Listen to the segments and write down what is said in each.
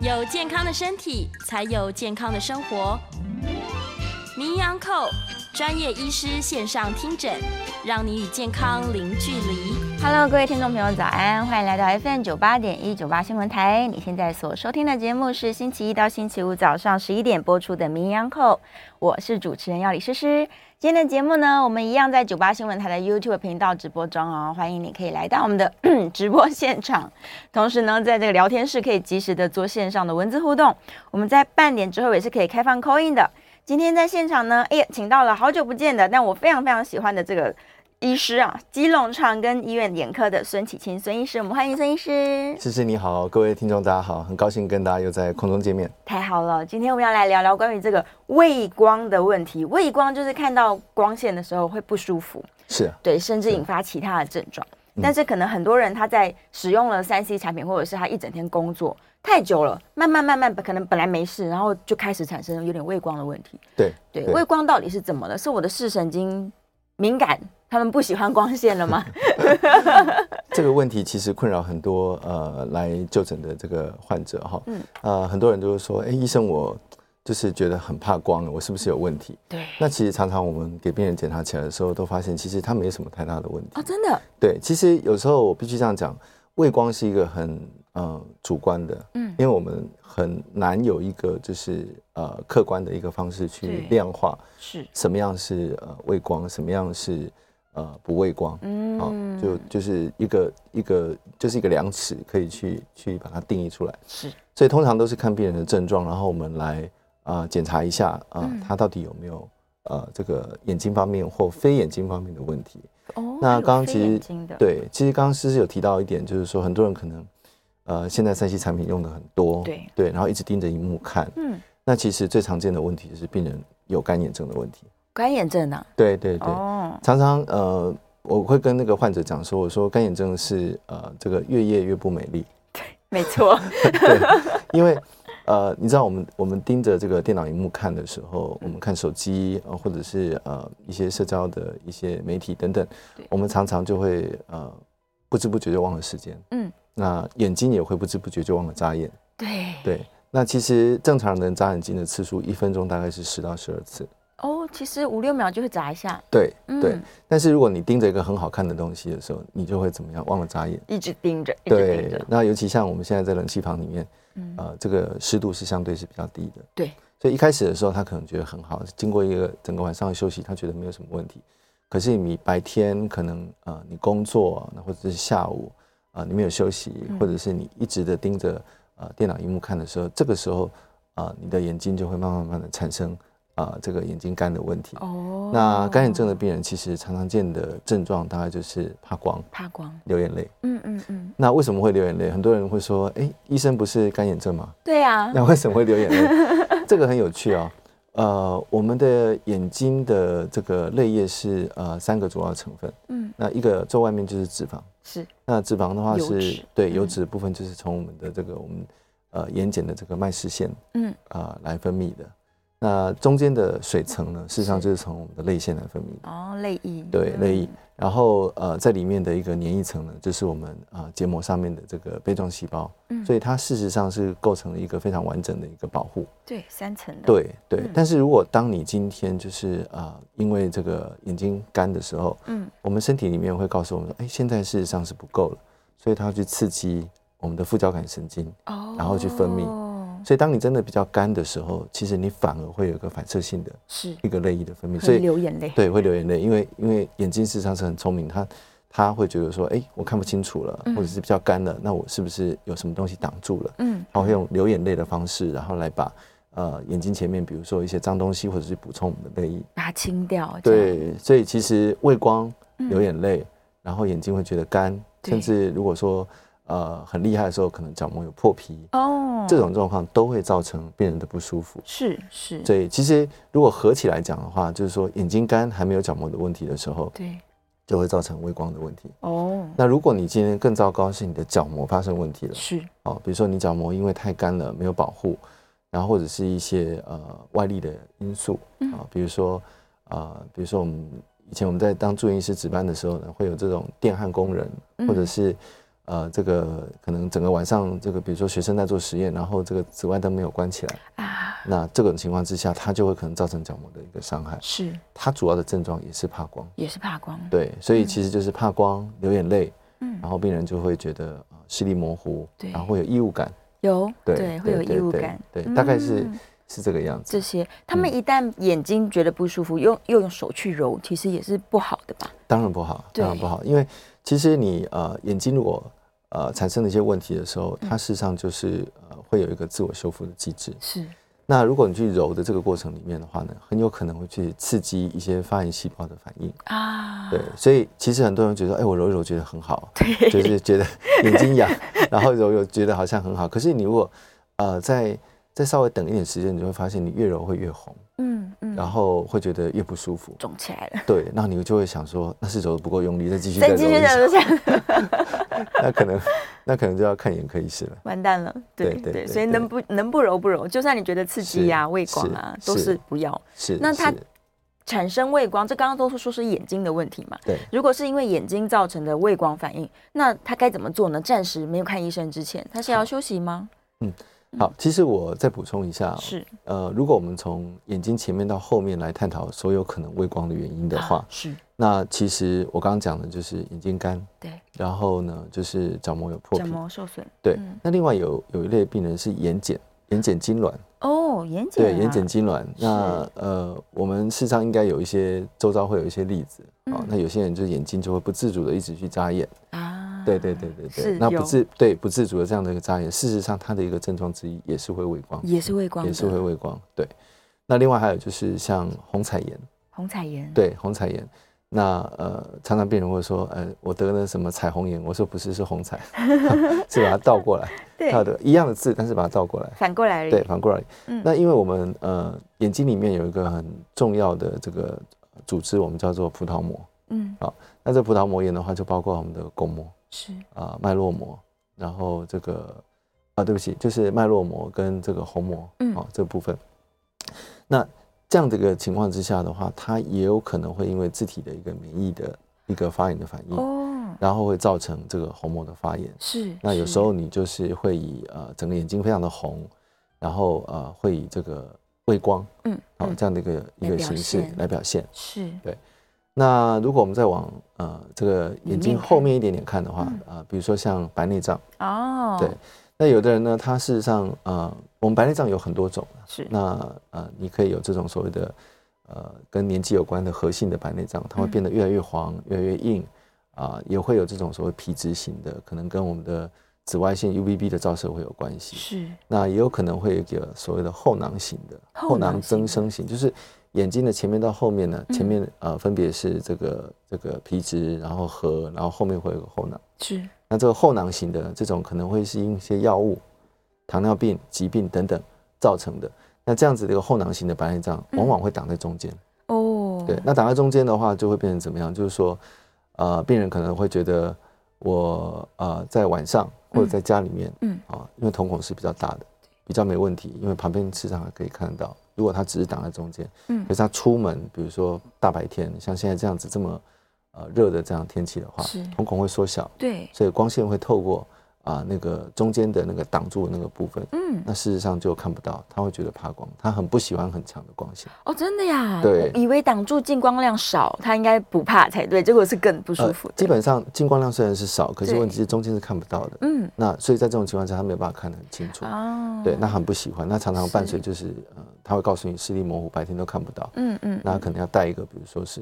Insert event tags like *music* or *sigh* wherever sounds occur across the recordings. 有健康的身体，才有健康的生活。名医安扣专业医师线上听诊，让你与健康零距离。 Hello，各位听众朋友，早安！欢迎来到 FM 九八点一九八新闻台。你现在所收听的节目是星期一到星期五早上十一点播出的《名医央叩》，我是主持人要李诗诗。今天的节目呢，我们一样在九八新闻台的 YouTube 频道直播中哦，欢迎你可以来到我们的 *coughs* 直播现场。同时呢，在这个聊天室可以及时的做线上的文字互动。我们在半点之后也是可以开放 call in 的。今天在现场呢，哎呀，请到了好久不见的，但我非常非常喜欢的这个医师啊，基隆长庚医院眼科的孙启清孙医师，我们欢迎孙医师。诗诗你好，各位听众大家好，很高兴跟大家又在空中见面。太好了，今天我们要来聊聊关于这个畏光的问题。畏光就是看到光线的时候会不舒服，是对，嗯甚至引发其他的症状。但是可能很多人他在使用了三 C 产品，或者是他一整天工作太久了，慢慢慢慢可能本来没事，然后就开始产生有点畏光的问题。对对，畏光到底是怎么了？是我的视神经敏感，他们不喜欢光线了 *laughs* 吗？这个问题其实困扰很多呃来就诊的这个患者哈，嗯，呃，很多人都是说，哎，医生我就是觉得很怕光了，我是不是有问题？对，那其实常常我们给病人检查起来的时候，都发现其实他没什么太大的问题。哦，真的，对，其实有时候我必须这样讲，畏光是一个很呃主观的，嗯因为我们很难有一个就是呃客观的一个方式去对量化是，什么样是呃畏光，什么样是呃不畏光。嗯，好、就就是一个一个就是一个量尺，可以去去把它定义出来。是，所以通常都是看病人的症状，然后我们来啊检查一下嗯啊、呃他到底有没有呃这个眼睛方面或非眼睛方面的问题。哦，那还有刚刚非其眼实睛的，对，其实刚刚诗诗有提到一点，就是说很多人可能呃现在三 C 产品用的很多，对对，然后一直盯着荧幕看。嗯，那其实最常见的问题就是病人有干眼症的问题。干眼症啊，对对对，哦，常常呃，我会跟那个患者讲说，我说干眼症是呃这个越夜越不美丽， *laughs* 没错，对，因为呃你知道我们我们盯着这个电脑荧幕看的时嗯候，我们看手机呃或者是呃一些社交的一些媒体等等对，我们常常就会呃不知不觉就忘了时间，嗯，那眼睛也会不知不觉就忘了眨眼， *laughs* 对，对。那其实正常人眨眼睛的次数，一分钟大概是十到十二次。哦，其实五六秒就会眨一下，对嗯对，但是如果你盯着一个很好看的东西的时候，你就会怎么样？忘了眨眼。一直盯着，一直盯对着，，那尤其像我们现在在冷气房里面，嗯呃，这个湿度是相对是比较低的，对，所以一开始的时候他可能觉得很好，经过一个整个晚上的休息，他觉得没有什么问题。可是你白天可能呃你工作，那或者是下午啊、呃你没有休息，嗯或者是你一直的盯着呃电脑荧幕看的时候，这个时候啊、呃你的眼睛就会慢慢慢的产生啊、呃这个眼睛干的问题。哦，那干眼症的病人其实常常见的症状大概就是怕光、怕光，流眼泪。嗯嗯嗯，那为什么会流眼泪？很多人会说，哎、医生不是干眼症吗？对啊，那为什么会流眼 *laughs* 泪？这个很有趣哦。呃，我们的眼睛的这个泪液是呃三个主要成分，嗯，那一个最外面就是脂肪，是，那脂肪的话油是脂嗯对油脂的部分就是从我们的这个我们呃眼睑的这个脉视线嗯，啊、来分泌的。那中间的水层呢，事实上就是从我们的泪腺来分泌的。哦，泪液，对，嗯泪液。然后呃，在里面的一个黏液层呢，就是我们啊、呃结膜上面的这个杯状细胞，嗯所以它事实上是构成了一个非常完整的一个保护。对，三层的，，对对、嗯但是如果当你今天就是啊、呃因为这个眼睛干的时候，嗯，我们身体里面会告诉我们说，哎，现在事实上是不够了，所以它要去刺激我们的副交感神经。哦，然后去分泌所以当你真的比较干的时候，其实你反而会有一个反射性的是，一个泪液的分泌，所会以流眼泪，对，会流眼泪，因为因为眼睛事实上是很聪明，他他会觉得说，哎、我看不清楚了，或者是比较干了，那我是不是有什么东西挡住了？嗯，他会用流眼泪的方式，然后来把呃眼睛前面，比如说一些脏东西，或者是补充我们的泪液。把它清掉，这样，对，所以其实畏光流眼泪，然后眼睛会觉得干，嗯对甚至如果说呃很厉害的时候，可能角膜有破皮，哦，这种状况都会造成病人的不舒服。是是，所以其实如果合起来讲的话，就是说眼睛干还没有角膜的问题的时候，对就会造成微光的问题。哦，那如果你今天更糟糕，是你的角膜发生问题了是哦，比如说你角膜因为太干了没有保护，然后或者是一些呃外力的因素啊、比如说呃，比如说我们以前我们在当住院医师值班的时候呢，会有这种电焊工人，嗯或者是呃这个可能整个晚上这个比如说学生在做实验，然后这个紫外灯没有关起来，啊，那这种情况之下，它就会可能造成角膜的一个伤害。是它主要的症状也是怕光，也是怕光，对，所以其实就是怕光、流眼泪，嗯然后病人就会觉得呃视力模糊，对然后会有异物感，有对会有对异物对感，对大概是嗯是这个样子。这些。他们嗯一旦眼睛觉得不舒服，用又用手去揉，其实也是不好的吧？当然不好，对当然不好，因为其实你呃眼睛如果呃产生了一些问题的时候，它嗯事实上就是呃会有一个自我修复的机制。是那如果你去揉的这个过程里面的话呢，很有可能会去刺激一些发炎细胞的反应。啊，对，所以其实很多人觉得，哎，我揉一揉觉得很好，就是觉得眼睛痒， *laughs* 然后揉一揉觉得好像很好。可是你如果呃再再稍微等一点时间，你就会发现你越揉会越红，嗯嗯，然后会觉得越不舒服。肿起来了，对，那你就会想说，那是揉的不够用力，再继续再再揉继续一下，揉下， *laughs* 那可能那可能就要看眼科医师了。 *laughs* 完蛋了。对对对对所以能不能不揉不揉，就算你觉得刺激呀、是畏光啊，是都是是不要。是，那它是产生畏光，这刚刚都是说是眼睛的问题嘛？对如果是因为眼睛造成的畏光反应，那他该怎么做呢？暂时没有看医生之前，他是要休息吗？好。其实我再补充一下哦，是呃，如果我们从眼睛前面到后面来探讨所有可能畏光的原因的话啊，是那其实我刚刚讲的就是眼睛干，对，然后呢就是角膜有破角皮，膜受损对。嗯那另外有有一类病人是眼睑，眼睑痉挛，哦，眼睑、啊、对，眼睑痉挛。那呃，我们事实上应该有一些周遭会有一些例子，哦嗯，那有些人就是眼睛就会不自主的一直去眨眼，啊，对对对对是对，那有不自对不自主的这样的一个眨眼，事实上它的一个症状之一也是会畏光，也是畏光的，也是会畏光，对。那另外还有就是像虹彩炎，红彩炎，对，虹彩炎。那呃，常常病人会说，呃，我得了什么彩虹炎？我说不是，是虹彩， *laughs* 是把它倒过来，对它的一样的字，但是把它倒过来，反过来而已，对，反过来。嗯那因为我们呃眼睛里面有一个很重要的这个组织，我们叫做葡萄膜。嗯那这葡萄膜炎的话，就包括我们的巩膜是啊、脉络膜，然后这个啊，对不起，就是脉络膜跟这个虹膜，嗯哦，这部分。那这样的一个情况之下的话，它也有可能会因为自体的一个免疫的一个发炎的反应，哦，然后会造成这个虹膜的发炎。是那有是时候你就是会以呃整个眼睛非常的红，然后呃会以这个畏光，嗯好、嗯这样的一个一来个表形式现来表现。是那如果我们再往呃这个眼睛面后看嗯面一点点看的话，啊、比如说像白内障，哦，对那有的人呢，他事实上呃，我们白内障有很多种，啊是那呃你可以有这种所谓的呃跟年纪有关的核心的白内障，它会嗯变得越来越黄，越来越硬，啊、也会有这种所谓皮质型的，可能跟我们的紫外线 UVB 的照射会有关系。是那也有可能会有一个所谓的后囊型的后后囊囊型的增生型，就是眼睛的前面到后面呢，前嗯面呃分别是这个这个皮质，然后核，然后后面会有个后囊。是那这个后囊型的这种可能会是因一些药物、糖尿病、疾病等等造成的。那这样子的一个后囊型的白内障，嗯往往会挡在中间。哦，对，那挡在中间的话，就会变成怎么样？就是说，呃，病人可能会觉得我呃在晚上或者在家里面，嗯啊、因为瞳孔是比较大的，比较没问题，因为旁边市场还可以看得到。如果他只是挡在中间，嗯可是他出门，比如说大白天，像现在这样子这么呃热的这样天气的话是，瞳孔会缩小，对，所以光线会透过啊、那个中间的那个挡住的那个部分，嗯那事实上就看不到，他会觉得怕光，他很不喜欢很强的光线。哦，真的呀，对我以为挡住进光量少，他应该不怕才对，结果是更不舒服的，呃基本上进光量虽然是少，可是对问题是中间是看不到的。嗯那所以在这种情况下，他没有办法看得很清楚。哦，对，那很不喜欢。那常常伴随就是，呃，他会告诉你视力模糊，白天都看不到。嗯嗯那可能要戴一个，比如说是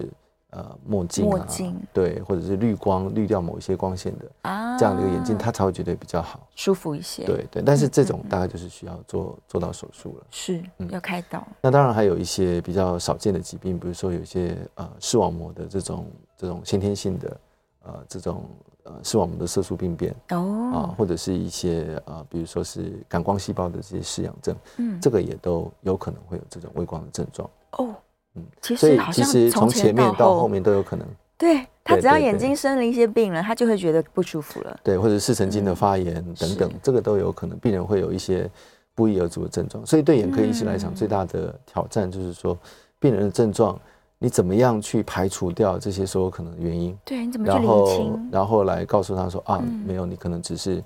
呃墨镜、啊，墨镜对，或者是滤光滤掉某一些光线的啊，这样的一个眼镜，他才会觉得比较好。舒服一些，对对，嗯但是这种大概就是需要做做到手术了。是嗯要开刀，那当然还有一些比较少见的疾病，比如说有一些呃视网膜的这种这种先天性的呃这种呃视网膜的色素病变啊、哦，或者是一些呃比如说是感光细胞的这些视氧症，嗯，这个也都有可能会有这种畏光的症状。哦，嗯其所实以好其像实从前面到后后，面都有可能，对他对只要对眼对睛生了一些病了，他就会觉得不舒服了，对，或者视神经的发炎等等嗯是，这个都有可能，病人会有一些不一而足的症状。所以对眼科医师来讲，嗯最大的挑战就是说，病人的症状你怎么样去排除掉这些所有可能的原因，对，你怎嗯么去然厘后清？然后来告诉他说啊嗯，没有，你可能只是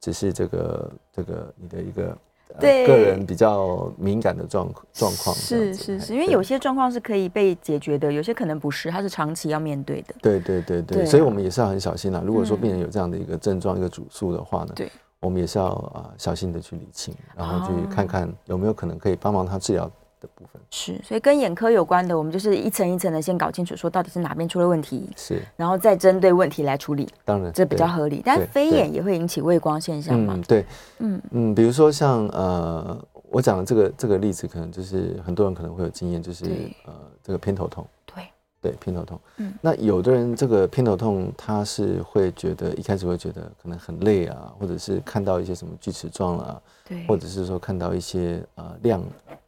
只是这个这个你的一个。呃对个人比较敏感的状状况这样是子是嘿是，因为对有些状况是可以被解决的，有些可能不是，它是长期要面对的。对对对对，对所以啊我们也是要很小心啦。如果说嗯病人有这样的一个症状、一个主诉的话呢，对，我们也是要啊、呃小心的去理清，然后去哦看看有没有可能可以帮忙他治疗的部分。是，所以跟眼科有关的，我们就是一层一层的先搞清楚，说到底是哪边出了问题，是，然后再针对问题来处理，当然这比对较合理。但对非对眼也会引起畏光现象嘛嗯，？对，嗯，嗯，比如说像呃，我讲的这个这个例子，可能就是很多人可能会有经验，就是对呃，这个偏头痛。对，对，偏头痛。嗯那有的人这个偏头痛，他是会觉得一开始会觉得可能很累啊，或者是看到一些什么锯齿状啊，对，或者是说看到一些呃亮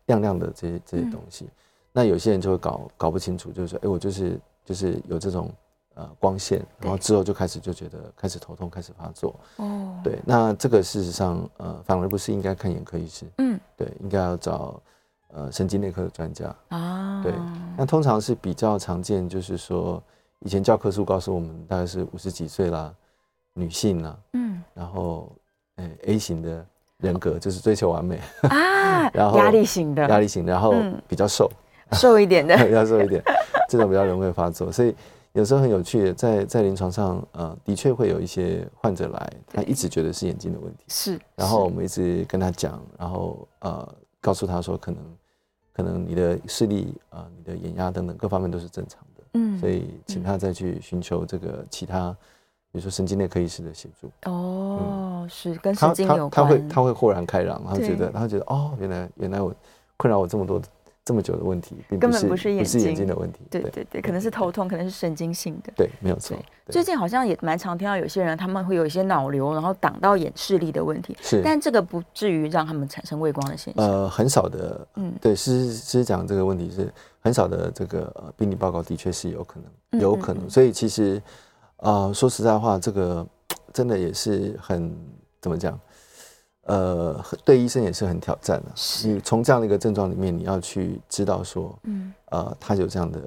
亮亮的这些这些嗯东西，那有些人就会搞搞不清楚，就是说，哎、我就是就是有这种呃光线，然后对之后就开始就觉得开始头痛，开始发作。哦，对，那这个事实上呃反而不是应该看眼科医师，嗯对，应该要找呃神经内科的专家。啊，对那通常是比较常见，就是说以前教科书告诉我们大概是五十几岁啦，女性啦，嗯然后呃 A 型的人格哦就是追求完美。 *laughs* 啊，然后压力型 *laughs* 的，压力型，然后嗯比较瘦， *laughs* 瘦一 *laughs* 点的，比较瘦一点，这种比较容易发作。所以有时候很有趣，在在临床上，呃，的确会有一些患者来，他一直觉得是眼睛的问题，是，然后我们一直跟他讲，然后呃，告诉他说，可能可能你的视力啊、呃你的眼压等等各方面都是正常的，嗯所以请他再去寻求这个其他，比如说神经内科医师的协助。嗯哦，是跟神他经他有他关，会他会豁然开朗，他会对觉得他会觉得哦，原来原来我困扰我这么多这么久的问题，并根不本是不是眼睛睛的问题，对对对，可能是头痛，可能是神经性的。对，没有错对。对最近好像也蛮常听到有些人他们会有一些脑瘤，然后挡到眼视力的问题，是但这个不至于让他们产生畏光的现象。呃很少的，嗯，对，师师讲这个问题是很少的，这个呃病例报告的确是有可嗯能有嗯可能，嗯所以其实啊说实在话，这个真的也是很怎么讲？呃，很对医生也是很挑战的、是你从这样的一个症状里面，你要去知道说，嗯，呃，他有这样的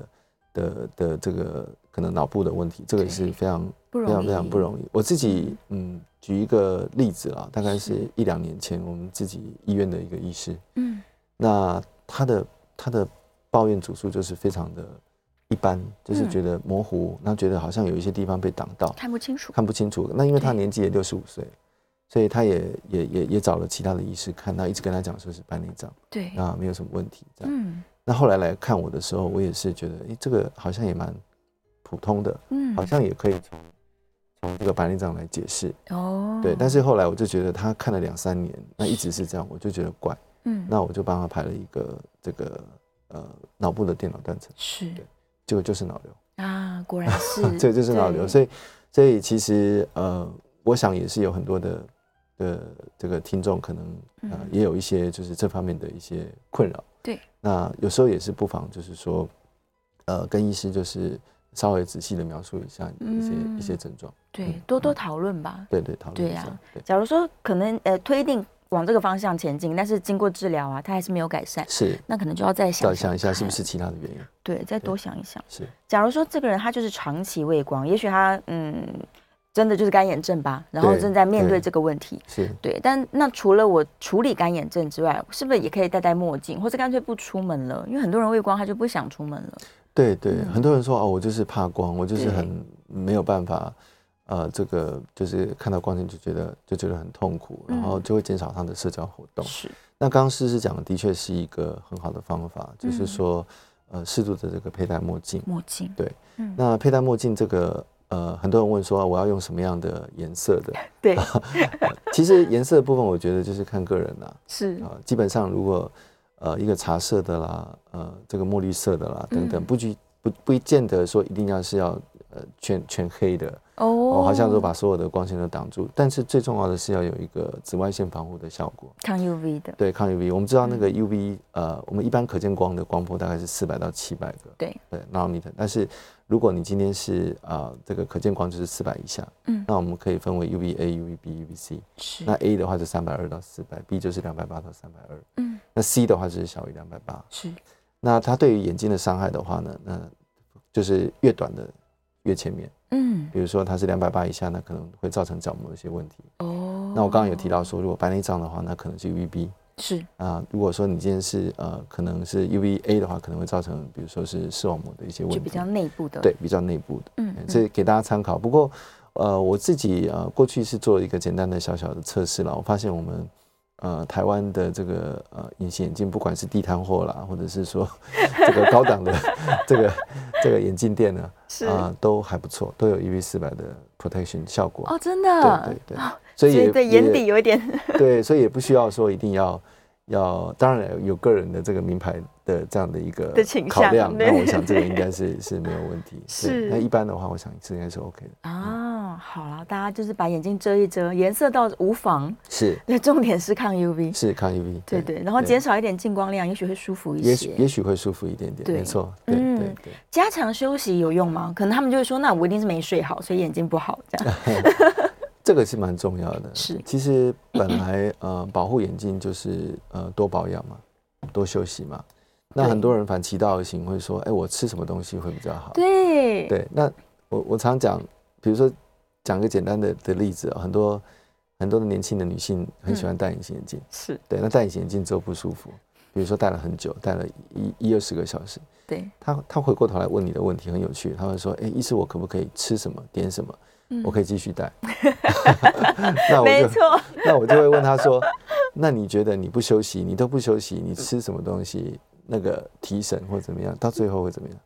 的的这个可能脑部的问题，这个对是非常不非容常易，非常不容易。我自己嗯，举一个例子啦，大概是一两年前，我们自己医院的一个医师，嗯，那他的他的抱怨主诉就是非常的一般，就是嗯觉得模糊，那觉得好像有一些地方被挡到，看不清楚。看不清楚。那因为他对年纪也六十五岁，所以他也也也也找了其他的医师看，那一直跟他讲说是白内障，对，那没有什么问题这样。嗯那后来来看我的时候，我也是觉得，诶，这个好像也蛮普通的，嗯，好像也可以从从这个白内障来解释。哦，对，但是后来我就觉得他看了两三年，那一直是这样，我就觉得怪。嗯，那我就帮他排了一个这个呃脑部的电脑断层，是结果就是脑瘤，啊，果然是， *laughs* 这就是脑瘤。所以以，所以其实呃，我想也是有很多的的这个听众可能呃嗯也有一些就是这方面的一些困扰。对，那有时候也是不妨就是说，呃，跟医师就是稍微仔细的描述一下你的一些、嗯一些症状，对嗯多多嗯讨论吧。对对，讨论一对下。啊对，假如说可能呃推定往这个方向前进，但是经过治疗啊，它还是没有改善，是那可能就要再要想想一下是不看是其他的原因，对，再对多想一想。是假如说这个人他就是长期畏光，也许他嗯真的就是干眼症吧，然后对正在面对对这个问题。是。对，但那除了我处理干眼症之外，是不是也可以戴戴墨镜，或者干脆不出门了？因为很多人畏光，他就不想出门了。对对，嗯很多人说哦，我就是怕光，我就是对很没有办法，呃，这个就是看到光线就觉得就觉得很痛苦，然后嗯就会减少他的社交活动。是，那刚刚诗诗讲的的确是一个很好的方法，就是嗯说，呃适度的这个佩戴墨镜。墨 *laughs* 镜，对，嗯那佩戴墨镜这个，呃，很多人问说啊我要用什么样的颜色的？对，其实颜色的部分，我觉得就是看个人啦、是啊，基本上如果呃一个茶色的啦，呃这个墨绿色的啦等等，嗯不拘不不见得说一定要是要呃全全黑的，哦 *laughs* 哦，好像都把所有的光线都挡住。但是最重要的是要有一个紫外线防护的效果，抗 UV 的，对抗 UV。我们知道那嗯个 UV，呃，我们一般可见光的光波大概是四百到七百个对对纳米的，但是如果你今天是呃这个可见光就是四百以下，嗯那我们可以分为 UVA、UVB、UVC。是那 A 的话就三百二到四百，B 就是两百八到三百二，嗯那 C 的话就是小于两百八。是那它对于眼睛的伤害的话呢，那就是越短的越前面。嗯比如说它是两百八以下，那可能会造成角膜的一些问题。哦那我刚刚有提到说，如果白内障的话，那可能是 UVB 是啊、如果说你今天是呃，可能是 UVA 的话，可能会造成比如说是视网膜的一些问就题，比较内部的，对比较内部的，嗯，嗯嗯这给大家参考。不过呃，我自己呃过去是做一个简单的小小的测试啦，我发现我们。呃，台湾的这个呃隐形眼镜，不管是地摊货啦，或者 *laughs* 是说这个高档的这个这个眼镜店呢， *laughs* 是啊、都还不错，都有 UV 四百的 protection 效果。哦，真对的，对对，所以也对也眼底有一 *laughs* 点对，所以也不需要说一定要要，当然有有个人的这个名牌的这样的一个的倾考向量，对那我想这个应 *laughs* 该是是没有问题。对是那一般的话，我想这应该是 OK 的。嗯啊，好了，大家就是把眼镜遮一遮，颜色倒无妨，是对，重点是抗 UV，是抗 UV，对对，然后减，少一点进光量，也许会舒服一也许些。也许会舒服一点点，对没错，对嗯对对。加强休息有用吗？可能他们就会说，那我一定是没睡好，所以眼睛不好这 *laughs* 样。这个是蛮重要的。是其实本来呃，保护眼睛就是呃多保养嘛，多休息嘛。那对很多人反其道而行，会说，哎，我吃什么东西会比较好？对，对，那我我常讲，比如说讲个简单的的例子啊，很多很多的年轻的女性嗯很喜欢戴隐形眼镜，是，对，那戴隐形眼镜之后不舒服，比如说戴了很久，戴了一一二十个小时，对，她她回过头来问你的问题很有趣，她会说，哎、医师我可不可以吃什么点什么，嗯我可以继续戴？ *laughs* *laughs* 那我没就错，那我就会问她说，那你觉得你不休息，你都不休息，你吃什么东西那个提神或怎么样，到最后会怎么样？ *laughs*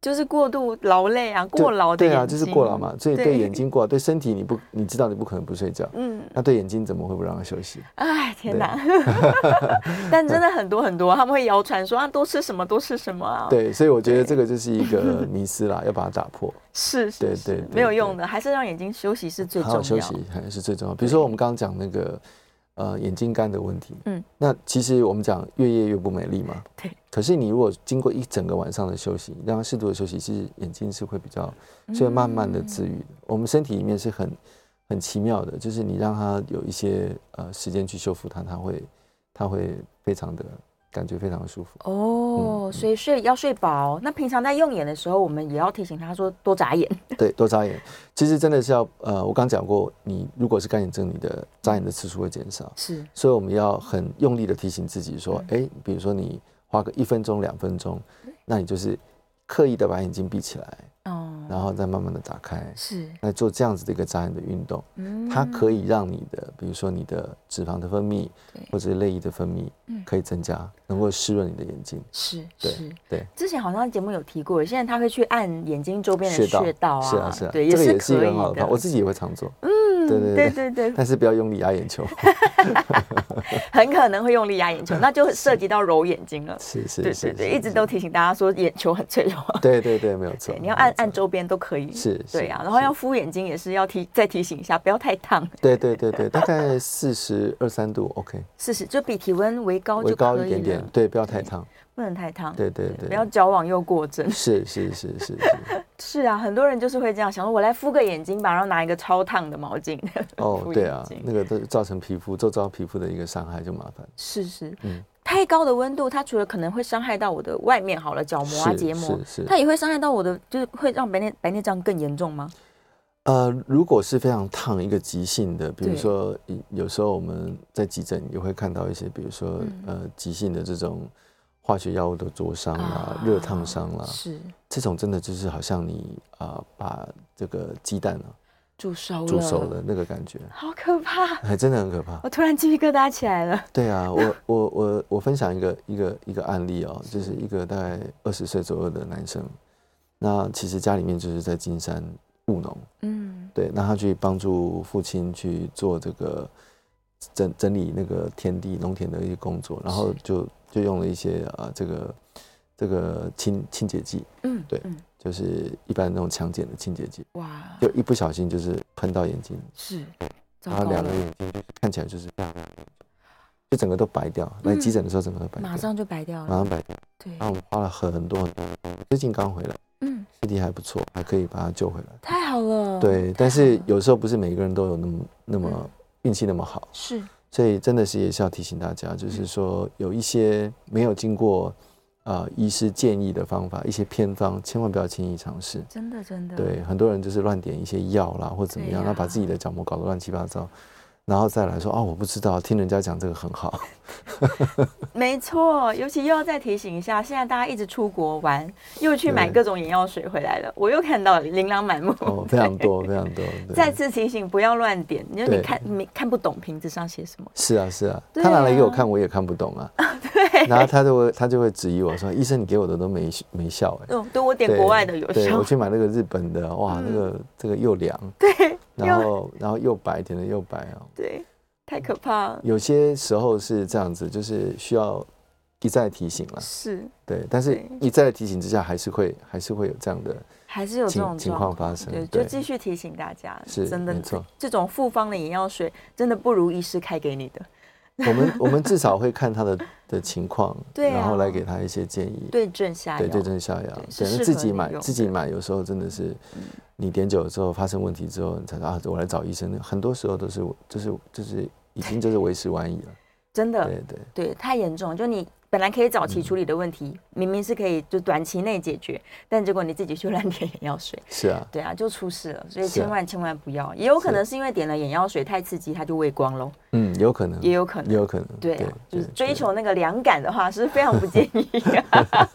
就是过度劳累啊，就过劳的对啊，眼就是睛过劳。嘛，所以对对眼睛过劳，对身体你不，你知道你不可能不睡觉，嗯，那对眼睛怎么会不让它休息？哎，天对哪！ *laughs* *laughs* 但真的很多很多，他们会谣传说啊，多吃什么，多吃什么啊。，对，所以我觉得这个就是一个迷思啦，要把它打破，是，是对是对对没有对用的，还是让眼睛休息是最好重要。好休息还是最重要。比如说我们刚刚讲那个呃眼睛干的问题，嗯，那其实我们讲越夜越不美丽嘛，对。可是你如果经过一整个晚上的休息，让它适度的休息，其实眼睛是会比较，是会慢慢的治愈嗯的。我们身体里面是很很奇妙的，就是你让它有一些呃时间去修复它，它会它会非常的感觉非常的舒 *laughs* 服。哦，嗯所以睡要睡饱。那平常在用眼的时候，我们也要提醒他说多眨眼。对，多眨眼，其实真的是要呃，我刚讲过，你如果是干眼症，你的眨眼的次数会减少，是，所以我们要很用力的提醒自己说，哎、嗯比如说你花个一分钟、两分钟，那你就是刻意的把眼睛闭起来，哦，然后再慢慢的打开，是，来做这样子的一个眨眼的运动，嗯它可以让你的，比如说你的脂肪的分泌对或者是泪液的分泌嗯，可以增加，能够湿润你的眼睛。是对是。对，之前好像节目有提过，现在他会去按眼睛周边的穴道穴道啊，是啊是啊，对，这个是也是一可个以很好的的方法，我自己也会常做，嗯对对对对对对，但是不要用力压 *laughs* 眼球。很可能会用力压 *laughs* 眼球，那就涉及到揉眼睛了。是是对是对对，是一直都提醒大家说眼球很脆弱，对对对，没有 *laughs* 错对，。你要按没有错按周边都可以。是对是啊，然后是要敷眼睛也是要提再提醒一下，不要太烫，对对对对，大概四十二三度，OK，四十就比体温为高微哦就高可一以点点了，对，不要太烫。不能太烫。对对对，不要矫枉又过正。 *laughs* 是是是是是，是啊，很多人就是会这样想说，我来敷个眼睛吧，然后拿一个超烫的毛巾。哦敷，对眼啊睛，那个都造成皮肤周遭皮肤的一个伤害就麻烦。是是，嗯太高的温度，它除了可能会伤害到我的外面好了角膜啊、是结膜是，是它也会伤害到我的，就是会让白内白内障更严重吗？呃，如果是非常烫一个急性的，比如对说有时候我们在急诊也会看到一些，比如说嗯呃急性的这种化学药物的灼伤啊啦、热烫伤啦，是呃这种真的就是好像你啊把这个鸡蛋啊煮熟了，煮熟了那个感觉，好可怕！还哎真的很可怕。我突然鸡皮疙瘩起来了。对啊，我我我我分享一个一个一个案例哦，就是一个大概二十岁左右的男生，那其实家里面就是在金山务农，嗯对，那他去帮助父亲去做这个整整理那个田地农田的一些工作，然后就就用了一些呃这个这个清清洁剂，嗯，对嗯，就是一般那种强碱的清洁剂，哇，就一不小心就是喷到眼睛，是，糟然后糕两了个，眼睛就是看起来就是就整个都白掉，来急诊的时候整个都白掉，嗯马上就白掉马了。上白掉。对然，后我们花了很多很多，最近刚回来，嗯，尸体还不错，还可以把它救回来。太好了。对，太但是哦好了有时候不是每个人都有那么那嗯么运气那么好，是所以真的是也是要提醒大家，嗯就是说有一些没有经过呃医师建议的方法，一些偏方，千万不要轻易尝试。真的真的。对，很多人就是乱点一些药啦，或怎么对样，呀那把自己的角膜搞得乱七八糟，然后再来说哦，我不知道，听人家讲这个很好，没错，尤其又要再提醒一下，现在大家一直出国玩，又去买对各种眼药水回来了，我又看到琳琅满目。 *laughs* 哦，非常多，非常多。对再次提醒，不要乱点，因为对你看你看不懂瓶子上写什么。是啊，是啊，对他拿来给我啊看，我也看不懂啊。对，然后他就会他就会质疑我说：“医生，你给我的都没没效哎、哦，对我点对，国外的有对效嗯我。去买那个日本的，哇，那个这个又凉，对然后然后又白，点的又白啊。对，太可怕了。有些时候是这样子，就是需要一再提醒了。是，对，但是对一再提醒之下，还是会还是会有这样的还是有这种情情况发生对，。就对，继续提醒大家，是真的没错，这种复方的眼药水真的不如医师开给你的。我们我们至少会看他的的情况，对啊然后来给他一些建议。对症下药。对对症下药，是对，适那自合己你买用嗯自己买，有时候真的是，你点久了之后发生问题之后，你才说啊，我来找医生。很多时候都是就是就是已经就是为时晚矣了。真的，对对对，太严重，就你本来可以早嗯期处理的问题，明明是可以就短期内解决，但结果你自己去乱点眼药水，是啊，对啊，就出事了。所以是啊千万千万不要，也有可是能是因为点了眼药水太刺激，它就畏光喽，嗯，有可能，也有可也能。有可能，对啊，就是对追对求那个凉感的话是非常不建议。 *laughs*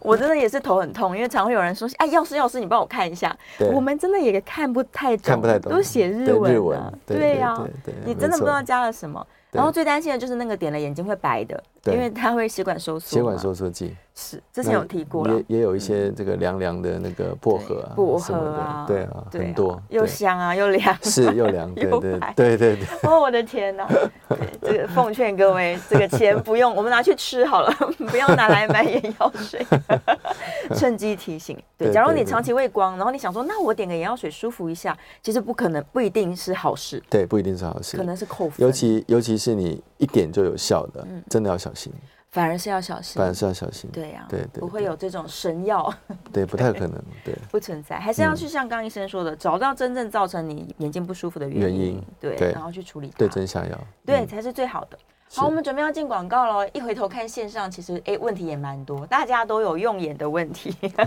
我真的也是头很痛，因为常会有人说：“哎，药师药师，你帮我看一下。”对我们真的也看不太懂，看不太懂，都写日对文、啊，日文，对啊呀、对对，你嗯没真的不知错道加了什么。对然后最担心的就是那个点了眼睛会白的，因对为它会血管收缩嘛。血管收缩剂，是之前那有提过了也，也有一些这个凉凉的那个薄荷啊，薄什么荷的啊，对啊，对很多，又对香啊又凉。是又凉，*laughs* 对又对白对对对，哦，我的天 *laughs* 哪！对，这个奉劝各位，这个钱不用，我们拿去吃好了， *laughs* 不要拿来买眼药水。 *laughs* 趁机提醒，对，对假如对你对长期畏光，然后你想说，那我点个眼药水舒服一下，其实不可能，不一定是好事，对不一定是好事，可能是扣分，尤其尤其是你一点就有效的，真的要小心，反而是要小心反。而是要小心。嗯对呀、啊对对不会对有这种神药。对，不太可能。对，不存在，还是要嗯去像刚医生说的，找到真正造成你眼睛不舒服的原原因，因对，对然后去处理它，对症下药。对嗯才是最好的。是好，我们准备要进广告了。一回头看线上，其实哎，问题也蛮多，大家都有用眼的问题， *laughs*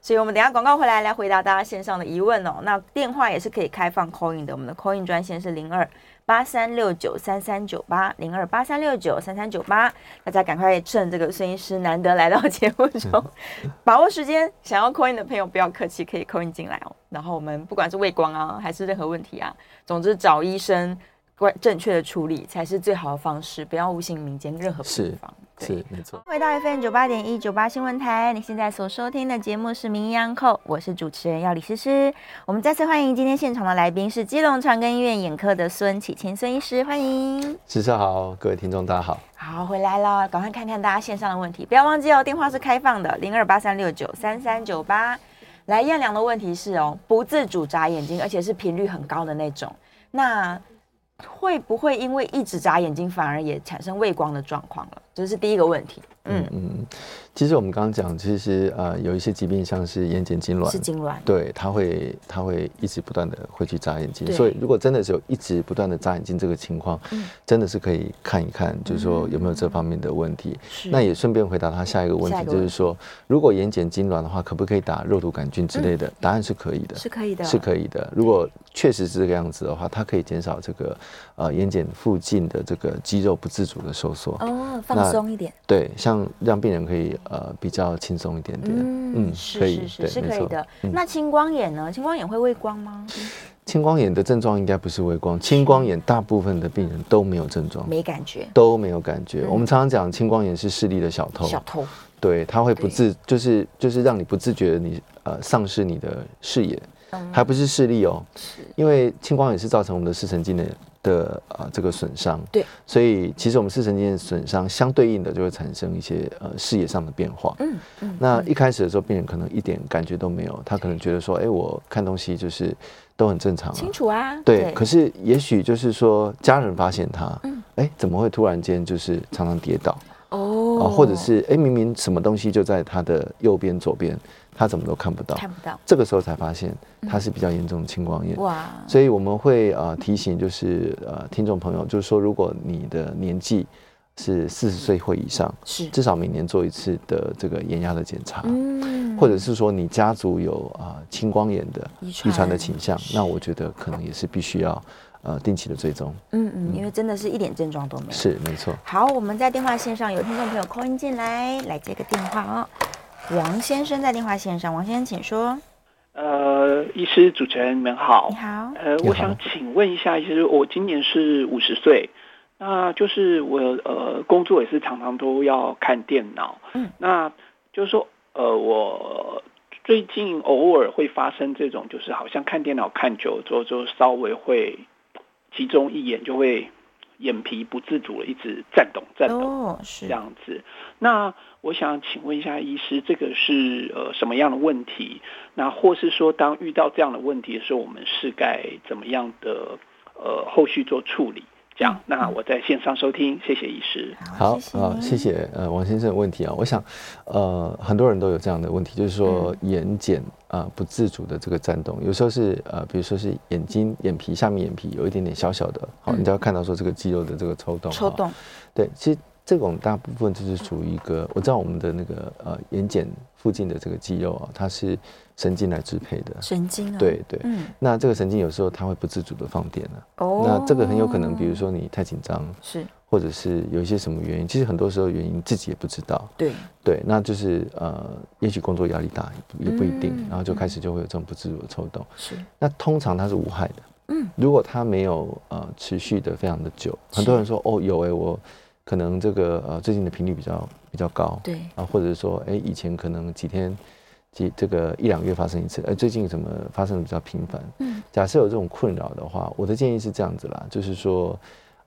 所以我们等一下广告回来来回答大家线上的疑问哦。那电话也是可以开放 c a l i n 的，我们的 c a l i n 专线是零二八三六九三三九八零二八三六九三三九八，大家赶快趁这个孙医师难得来到节目 *laughs* 中，把握时间，想要 coin 的朋友不要客气，可以 coin 进来哦。然后我们不管是畏光啊，还是任何问题啊，总之找医生关正确的处理才是最好的方式，不要误信民间任何是地方。对是没错。回到 FM 九八点一九八新闻台，你现在所收听的节目是《名医央叩》，我是主持人要李诗诗。我们再次欢迎今天现场的来宾是基隆长庚医院眼科的孙启谦孙医师，欢迎。时尚好，各位听众大家好。好，回来了，赶快看看大家线上的问题，不要忘记哦，电话是开放的，零二八三六九三三九八。来，燕良的问题是哦，不自主眨眼睛，而且是频率很高的那种，那会不会因为一直眨眼睛，反而也产生畏光的状况了？这是第一个问题。嗯，嗯，其实我们刚刚讲，其实呃有一些疾病，像是眼睑痉是挛，痉挛。对，它会它会一直不断的会去眨眼睛。对所以如果真的是有一直不断的眨眼睛这个情况，真的是可以看一看，就是说有没有这方面的问题。那也顺便回答他下一个问嗯下一题，个就问是题说，如果眼睑痉挛的话，可不可以打肉毒杆菌之类的？答案是可以的，是可以的，是可以的。如果确实是这个样子的话，它可以减少这个呃眼睑附近的这个肌肉不自主的收缩。哦，那放松一点，对，像让病人可以呃比较轻松一点点。嗯可是是以，是对是没可以错的。嗯那青光眼呢？青光眼会畏光吗？青光眼的症状应该不是畏光，青光眼大部分的病人都没有症状，没感觉，都没有感觉。嗯我们常常讲青光眼是视力的小偷，小偷对，它会不对自，就是就是让你不自觉的你呃丧失你的视野，嗯还不是视力哦，是因为青光眼是造成我们的视神经的的呃这个损伤，对，所以其实我们视神经的损伤相对应的就会产生一些呃视野上的变化。嗯嗯，那一开始的时候，病人可能一点感觉都没有，他可能觉得说，哎、我看东西就是都很正常、啊，清楚啊，对，可是也许就是说家人发现他，哎、怎么会突然间就是常常跌倒啊、哦或者是哎、明明什么东西就在他的右边、左边，他怎么都看不到，看不到这个时候才发现他是比较严重的青光眼。哇，所以我们会呃提醒，就是呃听众朋友，就是说，如果你的年纪是四十岁或以上，是至少每年做一次的这个眼压的检查，嗯或者是说你家族有啊、呃青光眼的遗遗传的传倾向，那我觉得可能也是必须要呃定期的追踪。嗯嗯，因为真的是一点症状都没有。是没错，好，我们在电话线上有听众朋友 call in 进来，来接个电话哦。王先生在电话线上，王先生请说。呃，医师主持人们好你。好，呃，你好我想请问一下，医师，我今年是五十岁，那就是我呃工作也是常常都要看电脑，嗯，那就是说呃我最近偶尔会发生这种，就是好像看电脑看久了之后，就稍微会集中一眼就会眼皮不自主的一直颤抖颤抖，哦，是这样子。那我想请问一下医师，这个是呃什么样的问题？那或是说，当遇到这样的问题的时候，我们是该怎么样的呃后续做处理？这样，那我在线上收听，谢谢医师。好谢谢啊、您谢谢呃王先生的问题啊，我想呃很多人都有这样的问题，就是说嗯眼睑啊、呃不自主的这个颤动，有时候是呃比如说是眼睛眼皮下面眼皮有一点点小小的，好、你就要看到说这个肌肉的这个抽动，嗯抽哈动，对，其实这种大部分就是属于一个，我知道我们的那个呃眼睑附近的这个肌肉啊，它是神经来支配的。神经啊，，对对，嗯，那这个神经有时候它会不自主的放电啊，哦那这个很有可能，比如说你太紧张，是或者是有一些什么原因，其实很多时候原因自己也不知道。对，对，那就是呃，也许工作压力大也不也不一定，嗯然后就开始就会有这种不自主的抽动。是那通常它是无害的。嗯，如果它没有呃持续的非常的久，很多人说哦有诶，我可能这个呃最近的频率比较比较高，对，啊，或者是说诶，以前可能几天几这个一两个月发生一次，哎、最近怎么发生的比较频繁？嗯，假设有这种困扰的话，我的建议是这样子啦，就是说。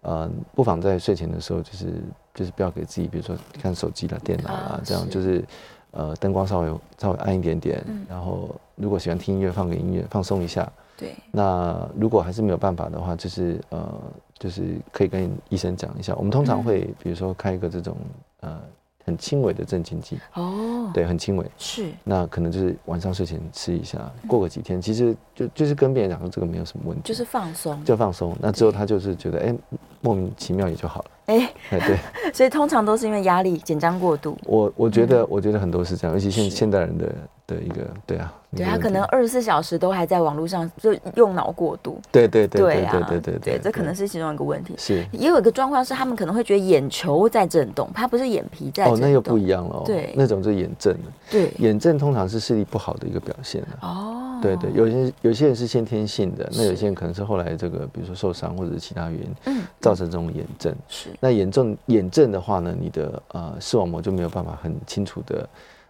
呃，不妨在睡前的时候，就是就是不要给自己，比如说看手机啦、电脑啦，啊这样是嗯就是，呃，灯光稍微稍微暗一点点，然后如果喜欢听音乐，放个音乐放松一下，对，那如果还是没有办法的话，就是呃，就是可以跟医生讲一下。我们通嗯常会比如说开一个这种呃很轻微的镇静剂，哦，对，很轻微。是那可能就是晚上睡前吃一下，过个几天，其实就就是跟别人讲说这个没有什么问题，嗯就是放松，就放松。那之后他就是觉得哎、莫名其妙也就好了。哎，哎， *laughs* 对所以通常都是因为压力紧张过度，我我觉得、我觉得很多是这样，尤其现嗯是现代人的的一个对啊，一对个他问可题能二十四小时都还在网络上就用脑过度，对对对对啊对，对对这可能是其中一个问题。是也有一个状况是，他们可能会觉得眼球在震动，它不是眼皮在震哦动，，那又不一样了哦，对那种就眼症了。对，眼症通常是视力不好的一个表现啊。哦，对对，有些有些人是先天性的，那是有些人可能是后来这个，比如说受伤或者是其他原因嗯，造成这种眼症。是那眼症眼症的话呢，你的呃视网膜就没有办法很清楚的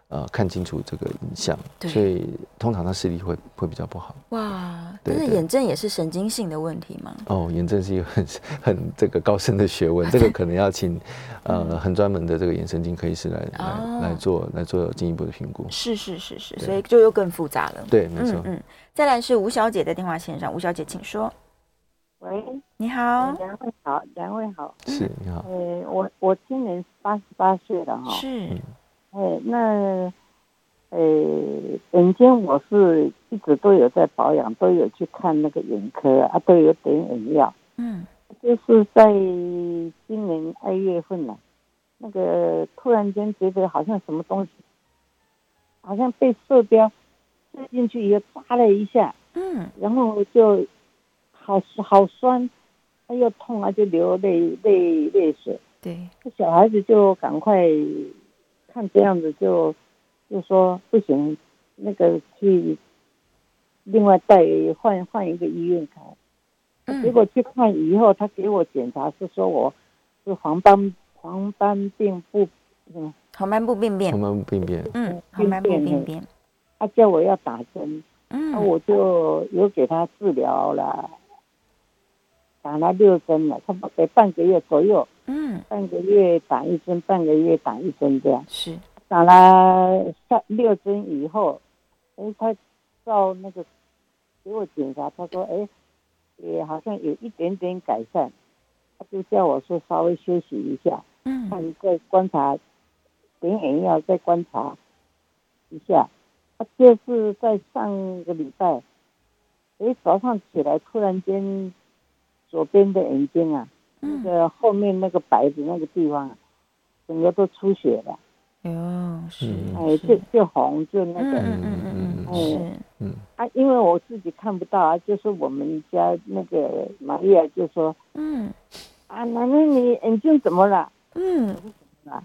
呃看清楚这个影像，对所以通常他视力会会比较不好。哇，对但是对眼症也是神经性的问题吗？哦，眼症是一个很 *laughs* 很这个高深的学问，这个可能要请呃很专门的这个眼神经科医师来嗯哦来来做来做进一步的评估。是是是是，对所以就又更复杂了。对，没错。嗯，再来是吴小姐在电话线上，吴小姐请说。喂，你啊好，两位好，两位好。嗯是，你好。呃，我我今年八十八岁了哈。是哎，那呃，本身我是一直都有在保养，都有去看那个眼科啊，都有点眼药。嗯，就是在今年二月份了，那个突然间觉得好像什么东西，好像被射标射进去以后扎了一下，嗯，然后就好好酸，哎又痛啊，就流泪泪泪水。对，那小孩子就赶快看这样子就就说不行，那个去另外带换换一个医院看。结嗯，果去看以后，他给我检查是说我是黄斑黄斑病不，嗯，黄斑部病他变，们病变，嗯，好，蛮不病病变变，他叫我要打针，那、嗯，哦我就有给他治疗了，打了六针了，差不多半个月左右，嗯，半个月打一针，半个月打一针这样，是打了三六针以后，哎，他照那个给我检查，他说，哎，也好像有一点点改善，他就叫我说稍微休息一下，嗯，看再观察，点眼药再观察一下。他就是在上个礼拜，哎，早上起来突然间，左边的眼睛啊，嗯嗯那个后面那个白的那个地方啊，整个都出血了。哟，是，嗯哎，就就红，就那嗯个、嗯嗯嗯嗯，是，嗯，啊，因为我自己看不到啊，就是我们家那个玛利亚就说嗯啊，奶奶你眼睛怎么了？嗯，啊，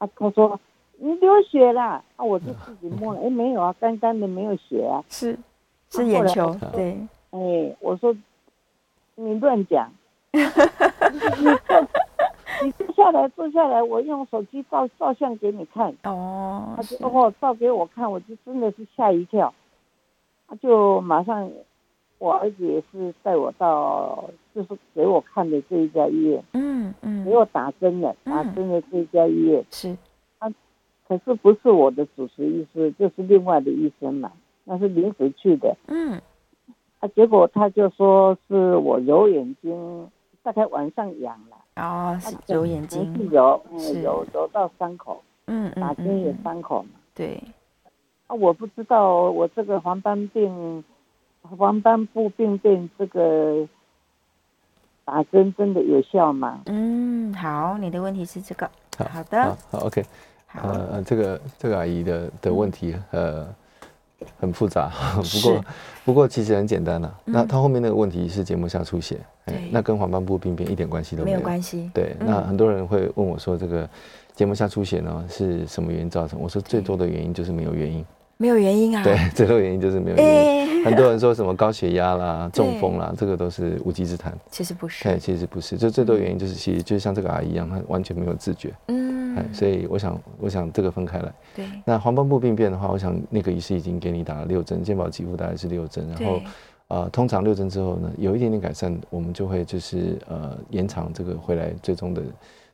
她说你流血啦，啊，我就自己摸了，哎，没有啊，干干的没有血啊，是，是眼球，嗯对，哎，我说你乱 *laughs* 讲，你坐你坐下来坐下来，我用手机照照相给你看，哦他，是就，哦照给我看，我就真的是吓一跳，他就马上，我儿子也是带我到，就是给我看的这一家医院，嗯给嗯，我打针的，嗯打针的这一家医院，是，可是不是我的主治医师，就是另外的医生嘛，那是临时去的，嗯啊，结果他就说是我揉眼睛，大概晚上痒了，哦，他是揉眼可能是睛，揉，是嗯，揉揉到伤口，嗯打嗯针也嗯，伤口嘛。对，啊，我不知道我这个黄斑病、黄斑部病变这个打针真的有效吗？嗯，好，你的问题是这个，好的啊好，好，OK，好，呃，呃这个这个阿姨的的问题，嗯呃，很复杂，不过不过其实很简单啦、啊那她后面那个问题是结膜下出血，嗯哎对那跟黄斑部病变一点关系都没没有有。关系，嗯对，那很多人会问我说，这个结膜下出血呢是什么原因造成？我说最多的原因就是没有原因。没有原因啊，对， *laughs* 最多原因就是没有哎原因。很多人说什么高血压啦、中风啦，这个都是无稽之谈。其实不是，嗯哎，其实不是，就最多原因就是其实就像这个阿姨一样，她完全没有自觉。哎嗯，，所以我想，我想这个分开来。对那黄斑部病变的话，我想那个医师已经给你打了六针，健保给付大概是六针，然后对，呃，通常六针之后呢，有一点点改善，我们就会就是呃延长这个回来最终的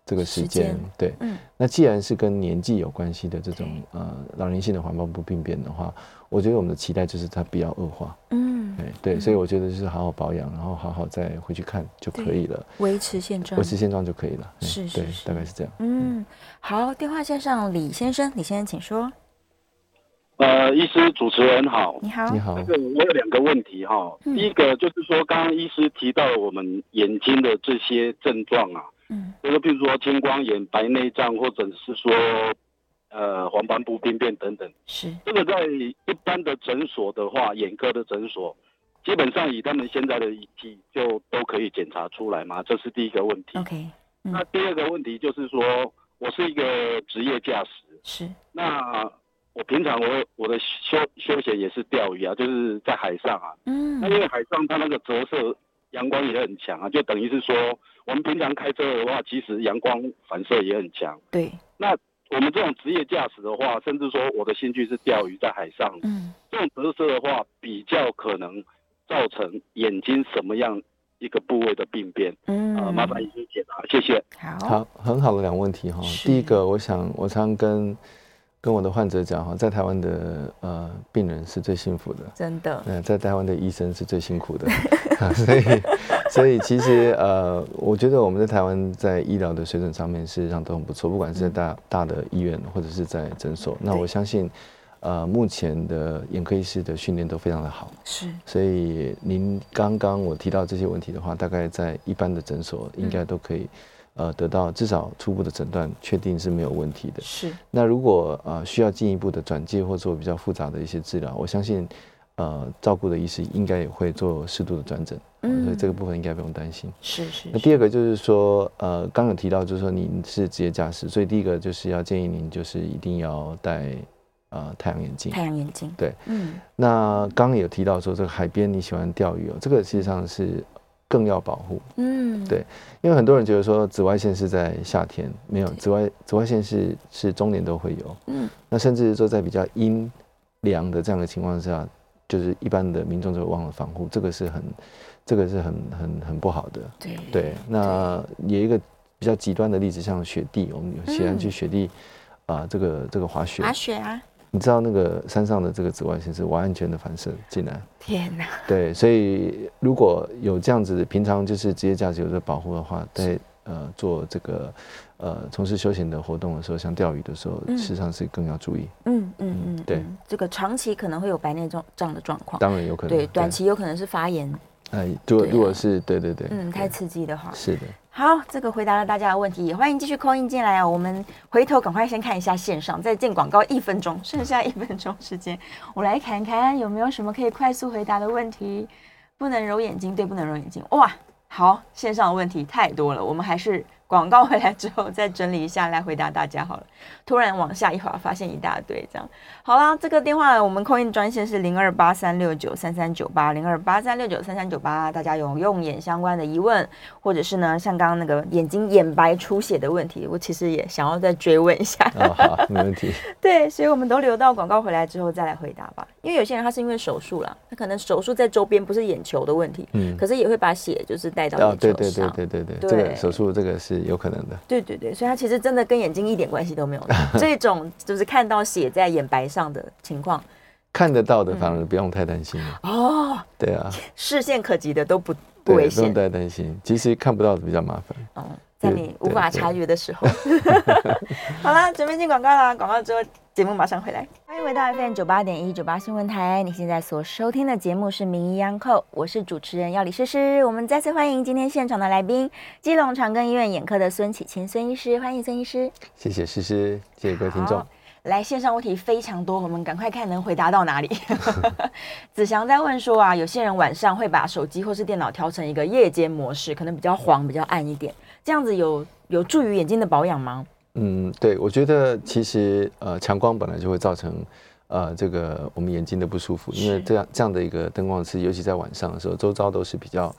这个时时间间。对，嗯那既然是跟年纪有关系的这种呃老年性的黄斑部病变的话，我觉得我们的期待就是它不要恶化。嗯，哎，对，所以我觉得就是好好保养，然后好好再回去看就可以了，维持现状维。持现状就可以了。哎是是对，是大概是这样。嗯，好，电话线上李先生，李先生请说，呃，医师主持人好，你好，你好这，个我有两个问题哈。嗯第一个就是说，刚刚医师提到我们眼睛的这些症状啊，嗯，就是譬如说青光眼、白内障，或者是说呃黄斑部病变等等。是这个在一般的诊所的话，眼科的诊所，基本上以他们现在的仪器就都可以检查出来嘛，这是第一个问题。 ，OK，那第二个问题就是说，我是一个职业驾驶，是，那我平常我我的休休闲也是钓鱼啊，就是在海上啊。那因嗯，为海上它那个折射阳光也很强啊，就等于是说，我们平常开车的话，其实阳光反射也很强。对，我们这种职业驾驶的话，甚至说我的兴趣是钓鱼，在海上，嗯，这种折射的话，比较可能造成眼睛什么样一个部位的病变。嗯，啊、麻烦医生解答，谢谢。好，好，很好的两个问题哈。是第一个，我想我常跟跟我的患者讲哈，在台湾的呃病人是最幸福的。真的，嗯，在台湾的医生是最辛苦的， *laughs* 啊所以所以其实呃，我觉得我们在台湾在医疗的水准上面事实上都很不错，不管嗯是在大、大的医院或者是在诊所。那我相信，呃，目前的眼科医师的训练都非常的好，是，所以您刚刚我提到这些问题的话，大概在一般的诊所应该都可以。呃，得到至少初步的诊断，确定是没有问题的。是，那如果呃需要进一步的转介或做比较复杂的一些治疗，我相信呃照顾的医师应该也会做适度的转诊，嗯哦所以这个部分应该不用担心。是是那第二个就是说，呃，刚有提到就是说您是职业驾驶，所以第一个就是要建议您就是一定要戴呃太阳眼镜。太阳眼镜，对，嗯，那刚刚有提到说这个海边你喜欢钓鱼哦，这个事实上是更要保护，嗯，对因为很多人觉得说紫外线是在夏天，没有紫外紫外线是是中年都会有，嗯，那甚至说在比较阴凉的这样的情况下，就是一般的民众就忘了防护，这个是很这个是很很很不好的。对对，那有一个比较极端的例子，像雪地，我们有喜欢去雪地啊、这个这个滑雪，滑雪啊，你知道那个山上的这个紫外线是完完全的反射进来。天哪，对，所以如果有这样子的，平常就是职业价值有在保护的话，在呃做这个呃从事休闲的活动的时候，像钓鱼的时候，嗯事实上是更要注意。嗯嗯嗯，对嗯，这个长期可能会有白内障这样的状况，当然有可能对，短期有可能是发炎，哎，如果对啊如果是对对对，嗯，对太刺激的话，是的，好，这个回答了大家的问题，也欢迎继续扣音进来啊！我们回头赶快先看一下线上，再进广告一分钟，剩下一分钟时间，我来看看有没有什么可以快速回答的问题。不能揉眼睛，对，不能揉眼睛。哇，好，线上的问题太多了，我们还是广告回来之后再整理一下来回答大家好了。突然往下一滑，发现一大堆这样。好啦，这个电话我们扣印专线是零二八三六九三三九八零二八三六九三三九八，大家有用眼相关的疑问，或者是呢像刚刚那个眼睛眼白出血的问题，我其实也想要再追问一下。啊、好，没 *laughs* 问题。对，所以我们都留到广告回来之后再来回答吧。因为有些人他是因为手术啦，他可能手术在周边不是眼球的问题，嗯可是也会把血就是带到啊眼，球对上。对对对对对，这对个手术这个是有可能的。对对对所以他其实真的跟眼睛一点关系都没有。 *laughs* 这种就是看到血在眼白上的情况，看得到的嗯反而不用太担心了。哦，对 *laughs* 啊，视线可及的都不不对，危不用险。太担心。其实看不到的比较麻烦。嗯，在你对无法对察觉的时 *laughs* 候。 *laughs* 好啦，准备进广告啦，广告之后节目马上回来。欢迎回到 FM 九八点一九八新闻台，你现在所收听的节目是《名医央叩》，我是主持人药理诗诗。我们再次欢迎今天现场的来宾，基隆长庚医院眼科的孙启清孙医师，欢迎孙医师。谢谢诗诗，谢谢各位听众好。来线上问题非常多，我们赶快看能回答到哪里。 *laughs* 子祥在问说啊，有些人晚上会把手机或是电脑调成一个夜间模式，可能比较黄、比较暗一点，这样子有有助于眼睛的保养吗？嗯，对，我觉得其实呃，强光本来就会造成呃这个我们眼睛的不舒服，因为这样这样的一个灯光是，尤其在晚上的时候，周遭都是比较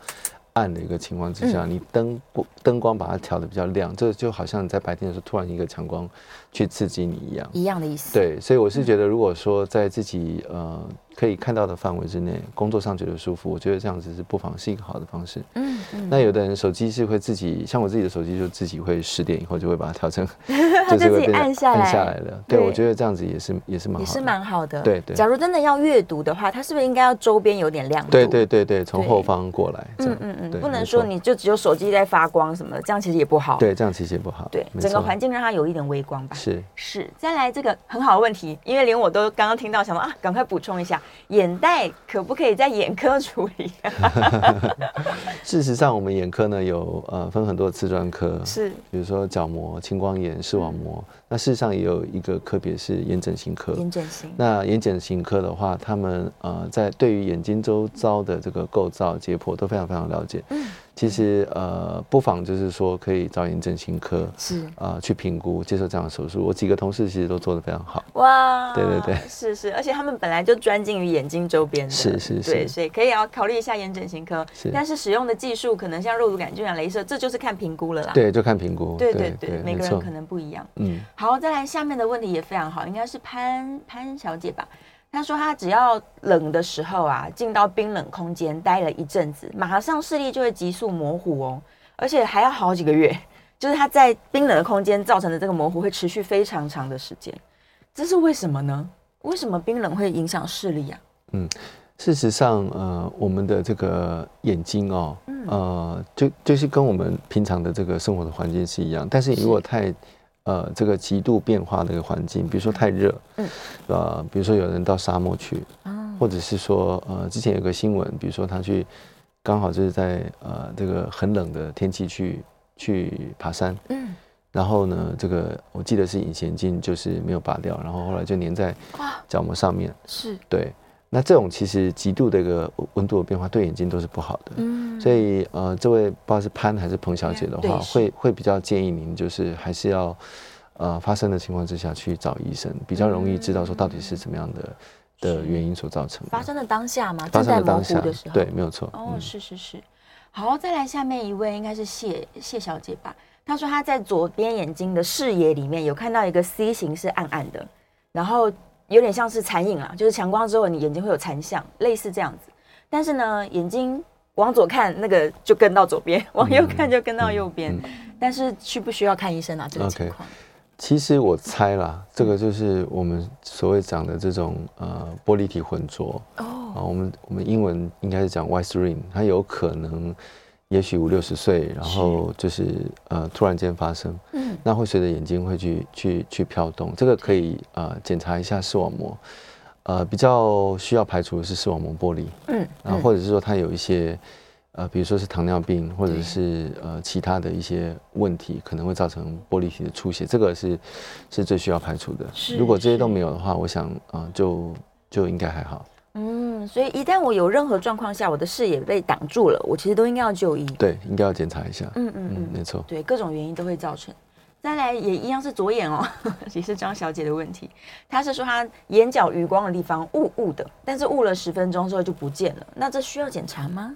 暗的一个情况之下，你灯光灯光把它调的比较亮，这就好像你在白天的时候突然一个强光去刺激你一样。一样的意思。，对，所以我是觉得，如果说在自己呃可以看到的范围之内，工作上觉得舒服，我觉得这样子是不妨是一个好的方式。嗯嗯，那有的人手机是会自己，像我自己的手机就自己会十点以后就会把它 *laughs* 调成，它就自是会己变成按下来按下来了。对，我对觉得这样子也是也是蛮也好是的蛮好的。对对假如真的要阅读的话，它是不是应该要周边有点亮度？对对对对，从后对方过来，这嗯样嗯嗯，对不能没说错你就只有手机在发光什么的，这样其实也不好。对这样其实也不好，对，没整个错环境让它有一点微光吧。是是，再来这个很好的问题，因为连我都刚刚听到，想说啊，赶快补充一下，眼袋可不可以在眼科处 *laughs* 理？事实上，我们眼科呢有呃分很多次专科，是嗯比如说角膜、青光眼、视网膜，那事实上也有一个科别是眼整形科。 *laughs* 眼整形，那眼睑型科的话，他们呃在对于眼睛周遭的这个构造、解剖都非常非常了解。嗯，其实呃不妨就是说可以找眼整形科是啊、呃去评估接受这样的手术。我几个同事其实都做得非常好。哇，对对对，是是，而且他们本来就专精于眼睛周边的，是是是对，所以可以要考虑一下眼整形科，是但是使用的技术可能像肉毒杆菌啊、镭射，这就是看评估了啦。对，就看评估。啊对对对，每没个人错可。能不一样。嗯，好，再来下面的问题也非常好，应该是潘潘小姐吧？她说她只要冷的时候啊，进到冰冷空间待了一阵子，马上视力就会急速模糊哦，而且还要好几个月， *laughs* 就是她在冰冷的空间造成的这个模糊会持续非常长的时间，这是为什么呢？为什么冰冷会影响视力啊？事实上，呃，我们的这个眼睛哦，呃，就就是跟我们平常的这个生活的环境是一样，但是你如果太呃这个极度变化的一个环境，比如说太热，嗯，呃，比如说有人到沙漠去，或者是说呃之前有个新闻，比如说他去刚好就是在呃这个很冷的天气去去爬山，嗯，然后呢，这个我记得是隐形眼镜就是没有拔掉，然后后来就粘在哇，角膜上面，是对，那这种其实极度的一个温度的变化对眼睛都是不好的。嗯所以呃，这位不知道是潘还是彭小姐的对话，是会会比较建议您就是还是要呃发生的情况之下去找医生，比较容易知道说到底是怎么样的、的原因所造成的。发生的当下嘛，正发生在的模当糊下的时，候，对，，没有错。哦，嗯是是是，好，再来下面一位应该是谢谢小姐吧？她说她在左边眼睛的视野里面有看到一个 C 型是暗暗的，然后有点像是残影啦，就是强光之后你眼睛会有残像，类似这样子。但是呢，眼睛往左看那个就跟到左边，往右看就跟到右边。嗯但是需不需要看医生啊？这个 OK 情况其实我猜啦，这个就是我们所谓讲的这种呃玻璃体混浊啊、哦，我们我们英文应该是讲 white ring，它有可能，也许五六十岁，然后就是呃突然间发生，嗯，那会随着眼睛会去去去飘动，这个可以呃检查一下视网膜，呃比较需要排除的是视网膜剥离，嗯，然嗯后啊或者是说他有一些，呃，比如说是糖尿病，或者是呃其他的一些问题，可能会造成玻璃体的出血，这个是是最需要排除的。是如果这些都是没有的话，我想啊、呃就就应该还好。嗯，所以一旦我有任何状况下，我的视野被挡住了，我其实都应该要就医。对，应该要检查一下。嗯嗯嗯嗯，，没错。对，各种原因都会造成。再来也一样是左眼哦， *laughs* 也是张小姐的问题。她是说她眼角余光的地方雾雾的，但是雾了十分钟之后就不见了。那这需要检查吗？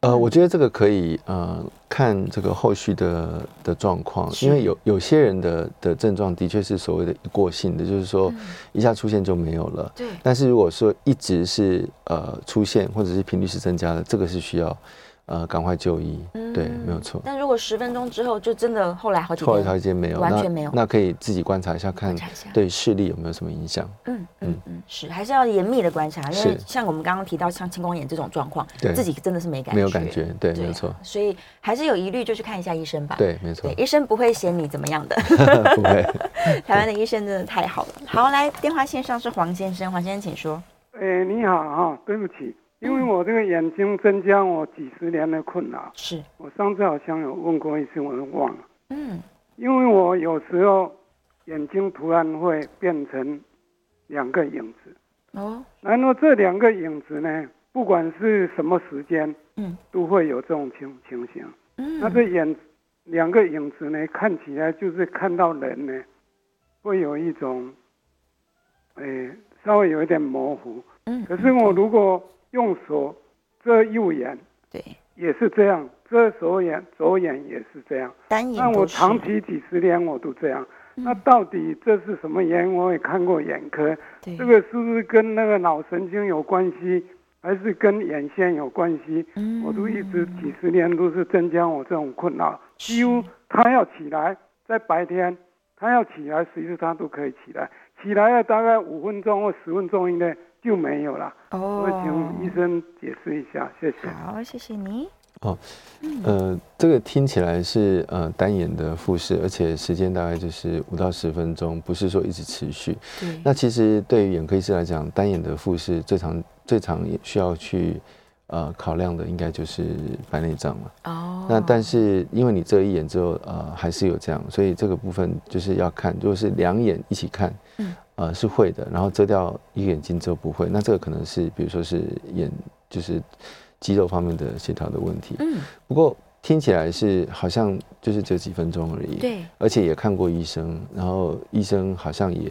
呃，我觉得这个可以呃看这个后续的的状况，是因为有有些人的的症状的确是所谓的一过性的，就是说嗯一下出现就没有了。对但是如果说一直是呃出现或者是频率是增加的，这个是需要呃赶快就医。对，没有错。嗯但如果十分钟之后就真的后来好几后来天，条件没有，完那全没有那可以自己观察一下，看察一下对视力有没有什么影响。嗯嗯嗯，是还是要严密的观察，因为是像我们刚刚提到像青光眼这种状况，对自己真的是没感觉，没有感觉，对，没有啊错，所以还是有疑虑就去看一下医生吧。对，没错对，，医生不会嫌你怎么样的。 *laughs* 不会。台湾的医生真的太好了。好，来电话线上是黄先生，黄先生请说。哎，你好哈、对不起，因为我这个眼睛增加我几十年的困扰，是，我上次好像有问过一次，我都忘了。嗯，因为我有时候眼睛突然会变成两个影子，哦，然后这两个影子呢，不管是什么时间，嗯，都会有这种情情形。嗯，那这眼两个影子呢，看起来就是看到人呢，会有一种，哎，稍微有一点模糊。嗯可是我如果用手遮右眼，对，也是这样；遮左眼，左眼也是这样。单眼那我都是嗯长期几十年我都这样。那到底这是什么原因？我也看过眼科，对这个是不是跟那个脑神经有关系，还是跟眼线有关系？嗯我都一直几十年都是增加我这种困扰，几乎他要起来，在白天他要起来，随时他都可以起来，起来了大概五分钟或十分钟以内就没有了。我请医哦，生解释一下，谢谢。好，谢谢你。呃，这个听起来是呃单眼的复视，而且时间大概就是五到十分钟，不是说一直持续。对，那其实对于眼科医师来讲，单眼的复视最常最常需要去呃考量的，应该就是白内障了。哦，那但是因为你遮一眼之后，呃，还是有这样，所以这个部分就是要看，如果是两眼一起看，嗯呃，是会的，然后遮掉一个眼睛之后不会，那这个可能是比如说是眼就是肌肉方面的协调的问题。嗯，不过听起来是好像就是只有几分钟而已，，对，而且也看过医生，然后医生好像也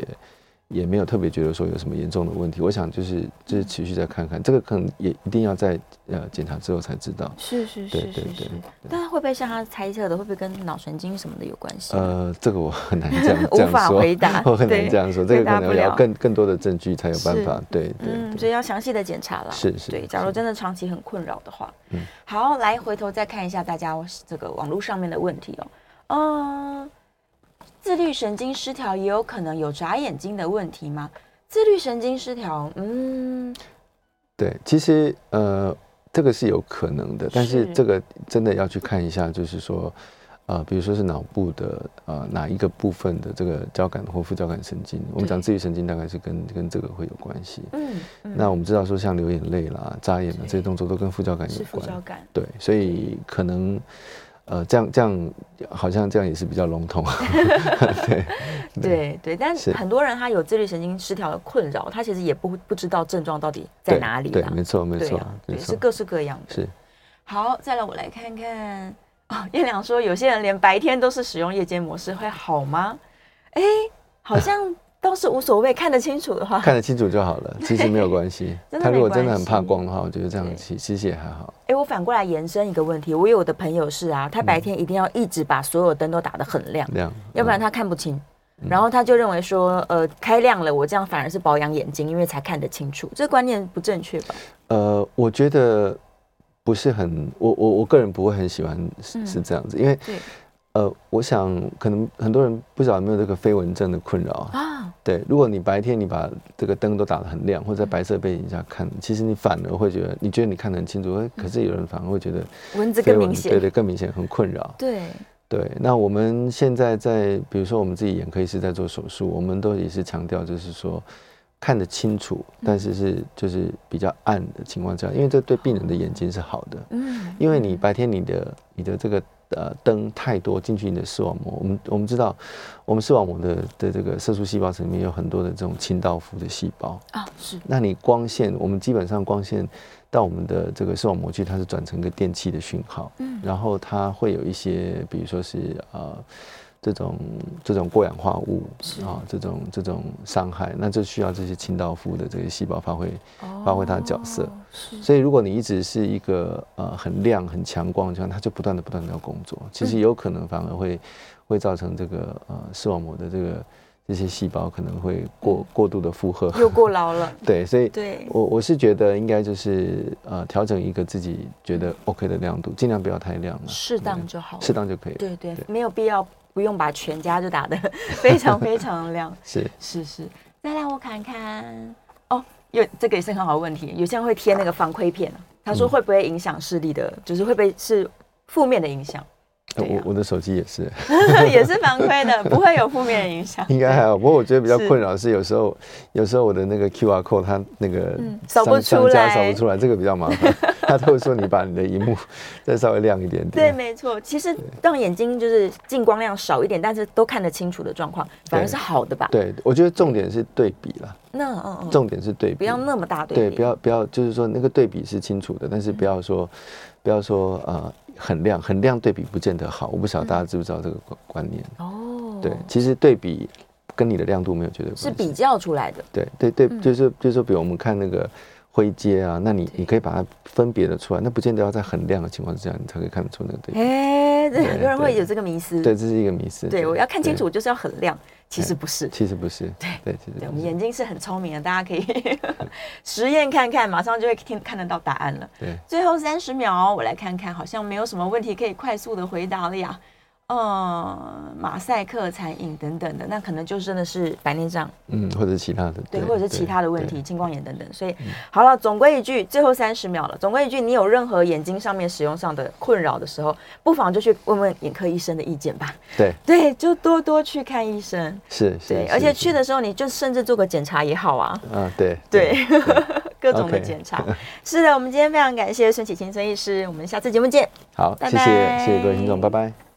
也没有特别觉得说有什么严重的问题。我想就是就是持续再看看，这个可能也一定要在呃检查之后才知道。是是对是对是对是。但会不会像他猜测的，会不会跟脑神经什么的有关系？呃，这个我很难这样无这样法说，回答 *laughs* 我很对难这样说，这回个答可不能了要更更多的证据才有办是法。对对嗯，所以对，要详细的检查啦。是是对，假如是真的长期很困扰的话，嗯好，来回头再看一下大家这个网络上面的问题哦。嗯、自律神经失调也有可能有眨眼睛的问题吗？自律神经失调，嗯，对，其实呃，这个是有可能的，但是是这个真的要去看一下，就是说，呃，比如说是脑部的呃哪一个部分的这个交感或副交感神经，我们讲自律神经大概是跟跟这个会有关系。嗯嗯那我们知道说像流啊眼泪啦、眨眼啦这些动作都跟副交感有是副交关，感，对，所以可能呃，这样这样好像这样也是比较笼统，对对对，但是很多人他有自律神经失调的困扰，他其实也不不知道症状到底在 *laughs* 对哪里对，啦没错没对错啊，没对，错是，各式各样的。是好，再来我来看看。哦， *laughs* 叶良说有些人连白天都是使用夜间模式，会好吗？哎，好像倒是无所谓，看得清楚的话。看得清楚 *laughs*。就好了，其实没有关系真的他如果没真的关很怕系光的话，我觉得这对样其其实也还好。哎，我反过来延伸一个问题，我有的朋友是啊，他白天一定要一直把所有灯都打得很亮，这样，要不然嗯嗯他看不清。然后他就认为说，呃，开亮了，我这样反而是保养眼睛，因为才看得清楚。这观念不正确吧？呃，我觉得不是很，我我我个人不会很喜欢是是这样子，因为嗯对呃，我想可能很多人不知道有没有这个飞蚊症的困扰。啊，对，如果你白天你把这个灯都打得很亮，或者在白色背景下看，其实你反而会觉得，你觉得你看得很清楚，哎可是有人反而会觉得蚊子飞更蚊明对显。对，更明显，很困扰。对，对，那我们现在在，比如说我们自己眼科医师在做手术，我们都也是强调，就是说看得清楚，但是是就是比较暗的情况下，因为这对病人的眼睛是好的。嗯，因为你白天你的你的这个呃灯太多进去你的视网膜，我们我们知道，我们视网膜的的这个色素细胞层里面有很多的这种清道夫的细胞，啊，是那你光线，我们基本上光线到我们的这个视网膜去，它是转成一个电气的讯号，嗯，然后它会有一些，比如说是呃这种这种过氧化物啊、这种这种伤害，那就需要这些清道夫的这些细胞发挥哦发挥它的角色。所以如果你一直是一个呃很亮很强光的情况，它就不断的不断的要工作，其嗯实有可能反而会会造成这个呃视网膜的这个。这些细胞可能会过过度的负荷，又过劳了。对，所以嗯对我我是觉得应该就是呃调整一个自己觉得 OK 的亮度，尽量不要太亮了，适当嗯就好了。适当就可以了。对对，没有必要不用把全家就打得 *laughs* 非常非常亮。是是是，再让我看看哦，有这个也是很好的问题。有些人会贴那个防窥片啊，他嗯说会不会影响视力的，就是会不会是负面的影响？呃对啊我我的手机也是， *laughs* 也是防窥的，不会有负面的影响。*laughs* *laughs* 应该还好。不过我觉得比较是困扰的是有时候有时候我的那个 QR code 它那个嗯扫商不出商家扫来不出来，这个比较麻 *laughs* 烦。他都会说你把你的荧幕 *laughs* 再稍微亮一点对，点。没错，其实让眼睛就是进光量少一点，但是都看得清楚的状况，反而对是好的吧？，对，我觉得重点是对比啦，那嗯嗯，重点是对比，不要那么大对对，比不要不要，就是说那个对比是清楚的，但是不要说，嗯不要说呃很亮，很亮对比不见得好。我不晓得大家知不知道这个观观念。哦，对，其实对比跟你的亮度没有绝对关系。是比较出来的。对对对，嗯就是就是说，比如我们看那个灰阶啊，那你你可以把它分别的出来，那不见得要在很亮的情况之下，你才可以看得出那个对比。哎，对，对很多人会对有这个迷思。对，这是一个迷思。对，我要看清楚，对。就是要很亮，其实不是。其实不是。对对，其实对，我不们是。眼睛是很聪明的，大家可以 *laughs* 实验看看，马上就会听看得到答案了。对，最后三十秒，哦我来看看，好像没有什么问题可以快速的回答了呀。嗯，马赛克残影等等的，那可能就真的是白内障，嗯，或者是其他的。对，或嗯者是其他的问。对题，青光眼等等。所以，好了，总归一句，最后三十秒了，总归一句，你有任何眼睛上面使用上的困扰的时候，不妨就去问问眼科医生的意见吧。对，对，就多多去看医生。是是。对，而且是去。的时候，你就甚至做个检查也好啊。是啊，对对， *laughs* 各种的 OK 检查。是的，我们今天非常感谢孙启清孙医师，我们下次节目见。好，拜谢谢谢谢各位听众，拜拜拜。